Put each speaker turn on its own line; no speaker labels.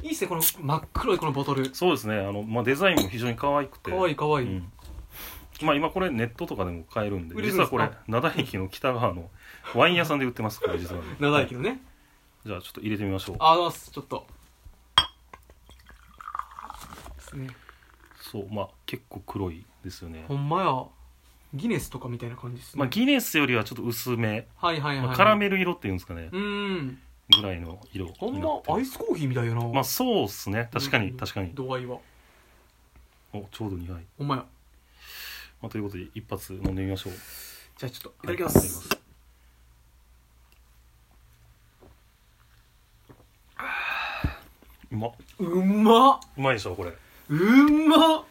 いいですねこの真っ黒いこのボトル
そうですねあの、まあ、デザインも非常に可愛くて
かわいいかわいい、
うんまあ、今これネットとかでも買えるんで
売れるん
実
で
は
すか
これ灘駅の北側のワイン屋さんで売ってますこれ実は、
長生き
はい
のね
じゃあちょっと入れてみましょう
あざっすちょっとですね
そうまあ結構黒いですよね
ほんまやギネスとかみたいな感じですね、
まあ、ギネスよりはちょっと薄め、
はいはいはい、
まあ、カラメル色っていうんですかね
うーん
ぐらいの色になって
ほんまアイスコーヒーみたいやな
まあそうっすね確か
う
に
ん
確かに
度合いは
おちょうど2杯、
ほんまや
まあ、ということで一発飲んでみましょう
じゃあちょっといただきます、
はいいただきますうま
うまっ
うまいでしょこれ
うまっ